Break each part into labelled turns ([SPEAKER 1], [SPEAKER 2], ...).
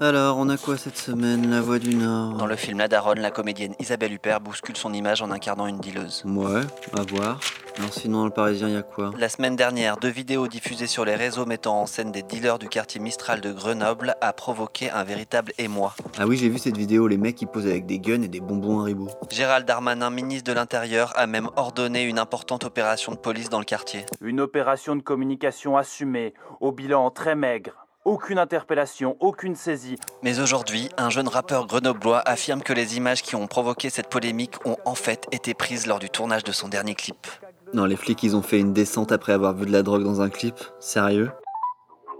[SPEAKER 1] Alors, on a quoi cette semaine La Voix du Nord
[SPEAKER 2] Dans le film La Daronne, la comédienne Isabelle Huppert bouscule son image en incarnant une dealeuse.
[SPEAKER 1] Ouais, à voir. Alors sinon, dans le Parisien, il y a quoi
[SPEAKER 2] La semaine dernière, deux vidéos diffusées sur les réseaux mettant en scène des dealers du quartier Mistral de Grenoble a provoqué un véritable émoi.
[SPEAKER 1] Ah oui, j'ai vu cette vidéo, les mecs qui posent avec des guns et des bonbons Haribo.
[SPEAKER 2] Gérald Darmanin, ministre de l'Intérieur, a même ordonné une importante opération de police dans le quartier.
[SPEAKER 3] Une opération de communication assumée, au bilan très maigre. Aucune interpellation, aucune saisie.
[SPEAKER 2] Mais aujourd'hui, un jeune rappeur grenoblois affirme que les images qui ont provoqué cette polémique ont en fait été prises lors du tournage de son dernier clip.
[SPEAKER 1] Non, les flics, ils ont fait une descente après avoir vu de la drogue dans un clip. Sérieux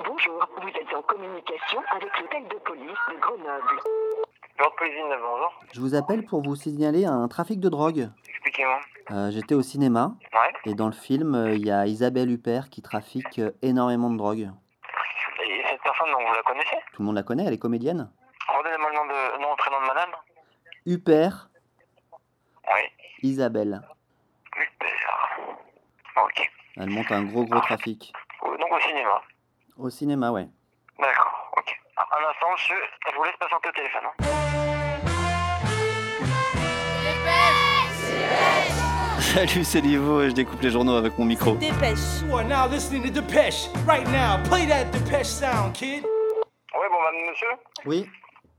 [SPEAKER 4] Bonjour, vous êtes en communication avec l'hôtel de police de Grenoble.
[SPEAKER 5] Lord Cuisine, bonjour.
[SPEAKER 1] Je vous appelle pour vous signaler un trafic de drogue.
[SPEAKER 5] Expliquez-moi.
[SPEAKER 1] Euh, J'étais au cinéma
[SPEAKER 5] Ouais.
[SPEAKER 1] et dans le film, euh, il y a Isabelle Huppert qui trafique euh, énormément de drogue.
[SPEAKER 5] Et cette personne, non, vous la connaissez
[SPEAKER 1] Tout le monde la connaît, elle est comédienne.
[SPEAKER 5] Redonnez-moi le nom de, nom, prénom de madame.
[SPEAKER 1] Huppert,
[SPEAKER 5] Oui.
[SPEAKER 1] Isabelle.
[SPEAKER 5] Super. Ok.
[SPEAKER 1] Elle monte un gros gros trafic.
[SPEAKER 5] Euh, Donc au cinéma.
[SPEAKER 1] Au cinéma, ouais.
[SPEAKER 5] D'accord, ok. Un un instant, monsieur, je vous laisse patienter au téléphone. hein.
[SPEAKER 1] Salut, c'est Livo et je découpe les journaux avec mon micro.
[SPEAKER 6] Dépêche.
[SPEAKER 7] You are now listening to Depeche. Right now, play that Depeche sound, kid.
[SPEAKER 5] Ouais, bon, madame, monsieur.
[SPEAKER 1] Oui.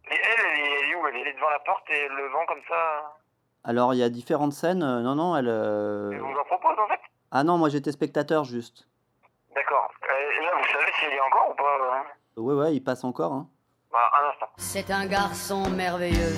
[SPEAKER 5] Et elle, elle est, elle est où elle est, elle est devant la porte et elle le vend comme ça.
[SPEAKER 1] Alors, il y a différentes scènes. euh, Non, non, elle. euh,
[SPEAKER 5] Je vous en propose, en fait.
[SPEAKER 1] Ah non, moi j'étais spectateur juste.
[SPEAKER 5] D'accord. Euh, et là, vous savez s'il y a encore ou pas hein
[SPEAKER 1] Ouais, ouais, il passe encore. Hein.
[SPEAKER 5] Bah, un instant.
[SPEAKER 8] C'est un garçon merveilleux.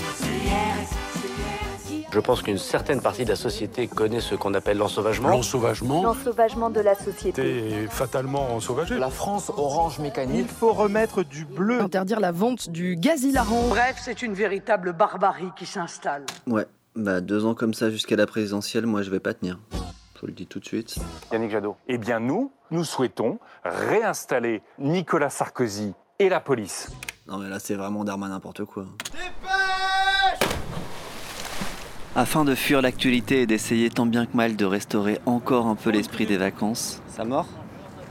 [SPEAKER 9] Je pense qu'une certaine partie de la société connaît ce qu'on appelle l'ensauvagement.
[SPEAKER 10] L'ensauvagement
[SPEAKER 6] L'ensauvagement de la société.
[SPEAKER 10] est fatalement ensauvagé.
[SPEAKER 9] La France orange mécanique.
[SPEAKER 7] faut remettre du bleu.
[SPEAKER 10] Interdire la vente du gaz hilarant.
[SPEAKER 8] Bref, c'est une véritable barbarie qui s'installe.
[SPEAKER 1] Ouais, bah deux ans comme ça jusqu'à la présidentielle, moi je vais pas tenir. Je vous le dis tout de suite.
[SPEAKER 3] Yannick Jadot.
[SPEAKER 9] Eh bien nous, nous souhaitons réinstaller Nicolas Sarkozy et la police.
[SPEAKER 1] Non mais là c'est vraiment Darman n'importe quoi. Afin de fuir l'actualité et d'essayer tant bien que mal de restaurer encore un peu l'esprit des vacances,
[SPEAKER 11] Ça mort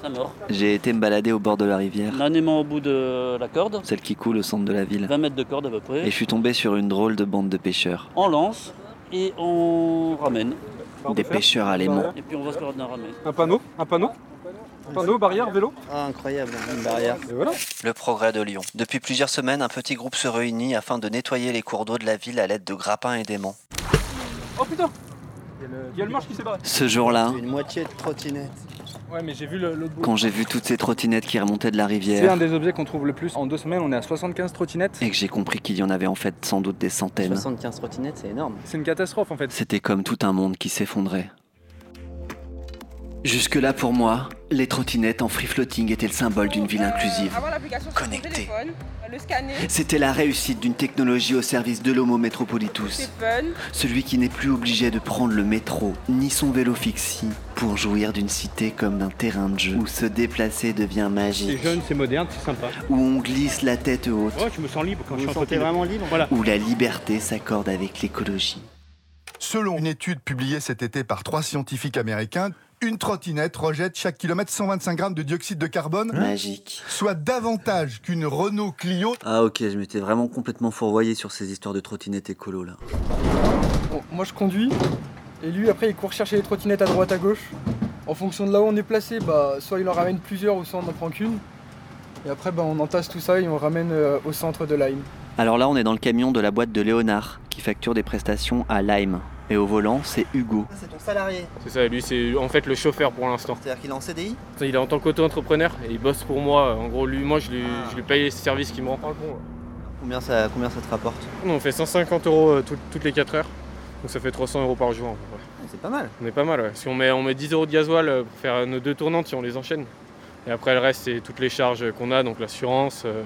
[SPEAKER 11] Ça mort.
[SPEAKER 1] j'ai été me balader au bord de la rivière,
[SPEAKER 11] Nanément au bout de la corde,
[SPEAKER 1] celle qui coule au centre de la ville,
[SPEAKER 11] 20 mètres de corde à peu près.
[SPEAKER 1] et je suis tombé sur une drôle de bande de pêcheurs.
[SPEAKER 11] On lance et on ramène.
[SPEAKER 1] Des pêcheurs alémans.
[SPEAKER 11] Et puis on va se perdre d'un ramène.
[SPEAKER 7] Un panneau, un panneau, un panneau, barrière, vélo.
[SPEAKER 1] Ah incroyable, une barrière.
[SPEAKER 7] Et voilà.
[SPEAKER 2] Le progrès de Lyon. Depuis plusieurs semaines, un petit groupe se réunit afin de nettoyer les cours d'eau de la ville à l'aide de grappins et d'aimants.
[SPEAKER 7] Oh putain Il y a le manche qui s'est barré.
[SPEAKER 1] Ce jour-là,
[SPEAKER 11] Une moitié de trottinette.
[SPEAKER 7] Ouais, mais j'ai vu le- l'autre bout.
[SPEAKER 1] quand j'ai vu toutes ces trottinettes qui remontaient de la
[SPEAKER 7] C'est un
[SPEAKER 1] rivière,
[SPEAKER 7] des objets qu'on trouve le plus. En deux semaines, on est à 75 trottinettes.
[SPEAKER 1] et que j'ai compris qu'il y en avait en fait sans doute des centaines,
[SPEAKER 11] 75 trottinettes, c'est énorme.
[SPEAKER 7] C'est une catastrophe en fait.
[SPEAKER 1] C'était comme tout un monde qui s'effondrait. Jusque-là, pour moi, les trottinettes en free floating étaient le symbole d'une ville inclusive.
[SPEAKER 6] Avoir l'application sur
[SPEAKER 2] Connecté.
[SPEAKER 6] son téléphone, euh, le scanner,
[SPEAKER 1] C'était la réussite d'une technologie au service de l'homo metropolitus,
[SPEAKER 6] c'est fun.
[SPEAKER 1] celui qui n'est plus obligé de prendre le métro ni son vélo fixie pour jouir d'une cité comme d'un terrain de jeu où se déplacer devient magique,
[SPEAKER 7] c'est moderne, c'est sympa.
[SPEAKER 1] où on glisse la tête haute,
[SPEAKER 7] je me sens libre quand je suis en
[SPEAKER 11] libre
[SPEAKER 1] où la liberté s'accorde avec l'écologie.
[SPEAKER 10] Selon une étude publiée cet été par trois scientifiques américains, une trottinette rejette chaque kilomètre 125 grammes de dioxyde de carbone,
[SPEAKER 1] Magique.
[SPEAKER 10] Hein soit davantage qu'une Renault Clio.
[SPEAKER 1] Ah ok, je m'étais vraiment complètement fourvoyé sur ces histoires de trottinettes écolo là.
[SPEAKER 7] moi, je conduis. Et lui, après, il court chercher les trottinettes à droite, à gauche. En fonction de là où on est placé, bah, soit il en ramène plusieurs ou soit on en prend qu'une. Et après, bah, on entasse tout ça et on ramène euh, au centre de Lyme.
[SPEAKER 1] Alors là, on est dans le camion de la boîte de Léonard, qui facture des prestations à Lyme. Et au volant, c'est Hugo.
[SPEAKER 11] Ah, C'est ton salarié,
[SPEAKER 7] C'est ça, lui, c'est en fait le chauffeur pour l'instant.
[SPEAKER 11] c'est-à-dire qu'il est en CDI
[SPEAKER 7] Il est en tant qu'auto-entrepreneur et il bosse pour moi. En gros, lui, moi, je lui, je lui paye les services qu'il me rend.
[SPEAKER 11] Combien ça, combien ça te rapporte
[SPEAKER 7] On fait 150 euros euh, tout- toutes les 4 heures. Donc ça fait 300 euros par jour. à peu près.
[SPEAKER 11] Ah, C'est pas mal.
[SPEAKER 7] On est pas mal, ouais. Si on met, on met 10 euros de gasoil euh, pour faire nos deux tournantes, si on les enchaîne. Et après, le reste, c'est toutes les charges qu'on a, donc l'assurance, euh,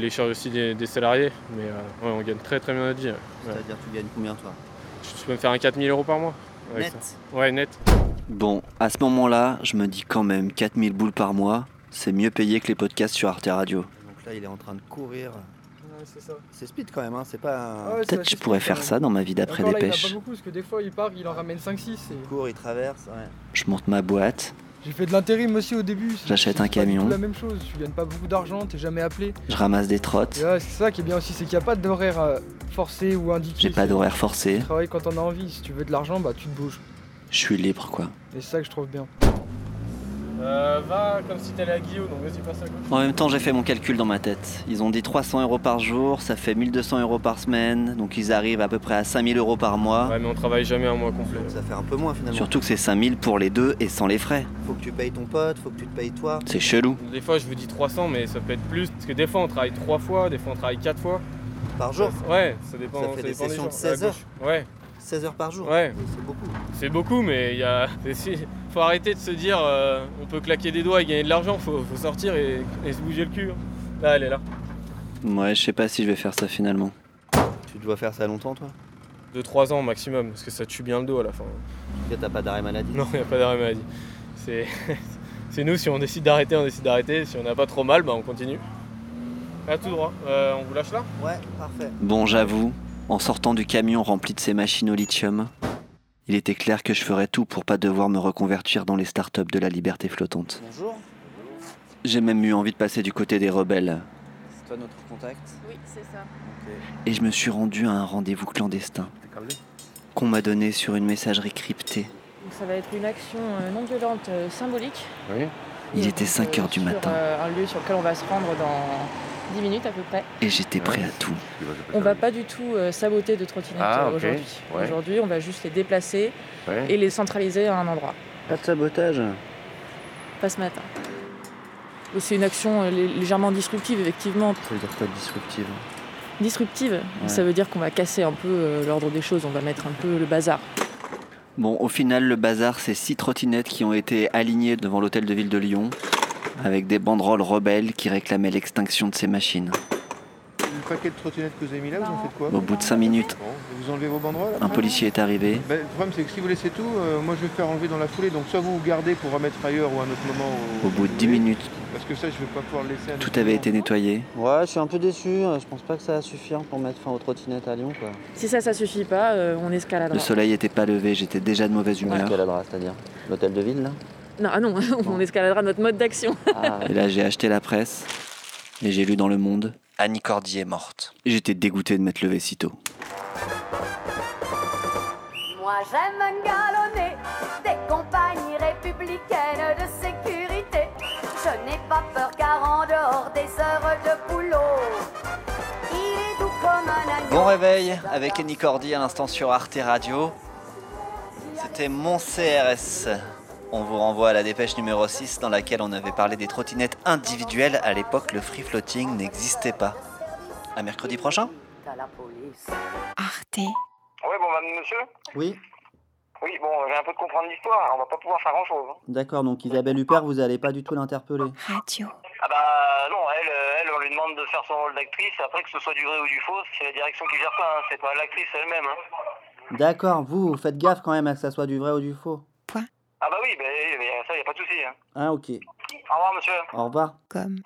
[SPEAKER 7] les charges aussi des, des salariés. Mais euh, ouais, on gagne très très bien notre vie. ouais. Ouais.
[SPEAKER 11] C'est-à-dire tu gagnes combien toi
[SPEAKER 7] Je peux me faire un 4000 euros par mois. avec
[SPEAKER 11] Net.
[SPEAKER 7] ça. Ouais, net.
[SPEAKER 1] Bon, à ce moment-là, je me dis quand même 4000 boules par mois, c'est mieux payé que les podcasts sur Arte Radio.
[SPEAKER 11] Donc là, il est en train de courir.
[SPEAKER 7] c'est ça.
[SPEAKER 11] C'est speed quand même, hein, c'est pas. un-
[SPEAKER 1] Peut-être que je pourrais faire ça dans ma vie d'après
[SPEAKER 7] Encore là, il a pas
[SPEAKER 1] dépêche.
[SPEAKER 7] beaucoup, parce que des fois, il part, il en ramène 5-6.
[SPEAKER 11] Il court, il traverse, ouais.
[SPEAKER 1] Je monte ma boîte,
[SPEAKER 7] J'ai fait de l'intérim aussi au début. c'est-
[SPEAKER 1] J'achète
[SPEAKER 7] c'est
[SPEAKER 1] un
[SPEAKER 7] pas du tout
[SPEAKER 1] camion.
[SPEAKER 7] la même chose. Tu gagnes pas beaucoup d'argent, t'es jamais appelé.
[SPEAKER 1] Je ramasse des trottes.
[SPEAKER 7] Et ouais, c'est ça qui est bien aussi, c'est qu'il n'y a pas d'horaire euh, forcé ou indiqué.
[SPEAKER 1] J'ai pas
[SPEAKER 7] C'est-
[SPEAKER 1] d'horaire forcé.
[SPEAKER 7] Tu travailles quand t'en as envie. Si tu veux de l'argent, bah tu te bouges.
[SPEAKER 1] Je suis libre, quoi.
[SPEAKER 7] Et c'est ça que je trouve bien. Euh, va comme si t'allais à Guillaume, donc vas-y, passe à côté.
[SPEAKER 1] En même temps, j'ai fait mon calcul dans ma tête. Ils ont dit 300 euros par jour, ça fait 1200 euros par semaine, donc ils arrivent à peu près à 5000 euros par mois.
[SPEAKER 12] Ouais, mais on travaille jamais un mois complet.
[SPEAKER 11] Ça fait un peu moins finalement.
[SPEAKER 1] Surtout que c'est 5000 pour les deux et sans les frais.
[SPEAKER 11] Faut que tu payes ton pote, faut que tu te payes toi.
[SPEAKER 1] C'est chelou.
[SPEAKER 12] Des fois, je vous dis 300, mais ça peut être plus. Parce que des fois, on travaille 3 fois, des fois, on travaille 4 fois.
[SPEAKER 11] Par jour
[SPEAKER 12] Ouais, ça dépend.
[SPEAKER 11] Ça fait des
[SPEAKER 12] dépend
[SPEAKER 11] sessions
[SPEAKER 12] gens.
[SPEAKER 11] de 16
[SPEAKER 12] Ouais,
[SPEAKER 11] heures. Oh.
[SPEAKER 12] Ouais.
[SPEAKER 11] 16 heures par jour
[SPEAKER 12] Ouais.
[SPEAKER 11] C'est beaucoup.
[SPEAKER 12] C'est beaucoup, mais il y a. c'est- si- Faut arrêter de se dire euh, on peut claquer des doigts et gagner de l'argent, faut, faut sortir et, et se bouger le cul. hein. Là, elle est là.
[SPEAKER 1] Ouais, je sais pas si je vais faire ça finalement.
[SPEAKER 11] Tu dois faire ça longtemps toi
[SPEAKER 12] 2-3 ans maximum, parce que ça tue bien le dos à la fin.
[SPEAKER 11] T'as pas d'arrêt maladie
[SPEAKER 12] Non, il n'y a pas d'arrêt maladie. C'est c'est nous, si on décide d'arrêter, on décide d'arrêter. Si on n'a pas trop mal, bah, on continue. À tout droit. Euh, on vous lâche là
[SPEAKER 11] Ouais, parfait.
[SPEAKER 1] Bon, j'avoue, en sortant du camion rempli de ces machines au lithium, il était clair que je ferais tout pour pas devoir me reconvertir dans les startups de la liberté flottante.
[SPEAKER 11] Bonjour.
[SPEAKER 1] J'ai même eu envie de passer du côté des rebelles,
[SPEAKER 11] C'est toi notre contact
[SPEAKER 13] Oui, c'est ça.
[SPEAKER 1] et je me suis rendu à un rendez-vous clandestin qu'on m'a donné sur une messagerie cryptée.
[SPEAKER 13] Donc ça va être une action euh, non violente euh, symbolique.
[SPEAKER 1] Oui. Il était 5 heures du
[SPEAKER 13] sur,
[SPEAKER 1] matin
[SPEAKER 13] euh, un lieu sur lequel on va se rendre dans 10 minutes à peu près.
[SPEAKER 1] et j'étais prêt à tout.
[SPEAKER 13] On va pas du tout euh, saboter de trottinettes
[SPEAKER 1] Ah,
[SPEAKER 13] euh,
[SPEAKER 1] ok.
[SPEAKER 13] aujourd'hui.
[SPEAKER 1] Ouais.
[SPEAKER 13] Aujourd'hui, on va juste les déplacer
[SPEAKER 1] Ouais.
[SPEAKER 13] et les centraliser à un endroit.
[SPEAKER 1] Pas de sabotage.
[SPEAKER 13] Pas ce matin. C'est une action euh, lé- légèrement disruptive, effectivement.
[SPEAKER 1] Ça veut dire quoi disruptive
[SPEAKER 13] Disruptive,
[SPEAKER 1] Ouais.
[SPEAKER 13] ça veut dire qu'on va casser un peu euh, l'ordre des choses, on va mettre un peu le bazar.
[SPEAKER 1] Bon, au final, le bazar, c'est six trottinettes qui ont été alignées devant l'hôtel de ville de Lyon, avec des banderoles rebelles qui réclamaient l'extinction de ces machines.
[SPEAKER 14] Le paquet de trottinettes que vous avez mis là, vous en faites quoi
[SPEAKER 1] Au bout de cinq minutes,
[SPEAKER 14] Bon, vous enlevez vos banderoles
[SPEAKER 1] un policier est arrivé.
[SPEAKER 14] Ben, le problème c'est que si vous laissez tout, euh, moi je vais le faire enlever dans la foulée, donc soit vous vous gardez pour remettre ailleurs ou à un autre moment.
[SPEAKER 1] Au bout de dix minutes,
[SPEAKER 14] Parce que ça je vais pas pouvoir le laisser à un
[SPEAKER 1] tout
[SPEAKER 14] autre
[SPEAKER 1] avait
[SPEAKER 14] moment.
[SPEAKER 1] été nettoyé.
[SPEAKER 11] Ouais, je suis un peu déçu. euh, Je pense pas que ça va suffire pour mettre fin aux trottinettes à Lyon quoi.
[SPEAKER 13] Si ça, ça suffit pas, euh, on escaladera.
[SPEAKER 1] Le soleil était pas levé, j'étais déjà de mauvaise humeur.
[SPEAKER 11] c'est-à-dire hein l'hôtel de ville là
[SPEAKER 13] Non, ah non, on escaladera notre mode d'action.
[SPEAKER 11] Ah.
[SPEAKER 1] Et là, j'ai acheté la presse et j'ai lu dans Le Monde. Annie Cordier est morte. J'étais dégoûté de m'être levé si tôt.
[SPEAKER 15] Moi j'aime galonner des compagnies républicaines de sécurité. Je n'ai pas peur car en dehors des heures de boulot, il est doux comme un agneau.
[SPEAKER 2] Bon réveil avec Annie Cordy à l'instant sur Arte Radio. C'était mon CRS. On vous renvoie à la dépêche numéro 6 dans laquelle on avait parlé des trottinettes individuelles. À l'époque, le free floating n'existait pas. À mercredi prochain.
[SPEAKER 4] À la police.
[SPEAKER 5] Oui, Ah bon, madame, monsieur
[SPEAKER 11] Oui.
[SPEAKER 5] Oui, bon, je vais un peu de comprendre l'histoire, on va pas pouvoir faire grand-chose. hein.
[SPEAKER 11] D'accord, donc Isabelle Huppert, vous allez pas du tout l'interpeller. Radio.
[SPEAKER 5] Ah bah non, elle, euh, elle, on lui demande de faire son rôle d'actrice, après que ce soit du vrai ou du faux, c'est la direction qui gère ça, hein, c'est pas l'actrice elle-même. hein.
[SPEAKER 11] D'accord, vous, vous faites gaffe quand même à que ça soit du vrai ou du faux.
[SPEAKER 5] Ah bah oui, bah, oui, eh, mais ça, y a pas de souci. hein.
[SPEAKER 11] Hein, ok.
[SPEAKER 5] Au revoir, monsieur.
[SPEAKER 11] Au revoir.
[SPEAKER 16] Comme.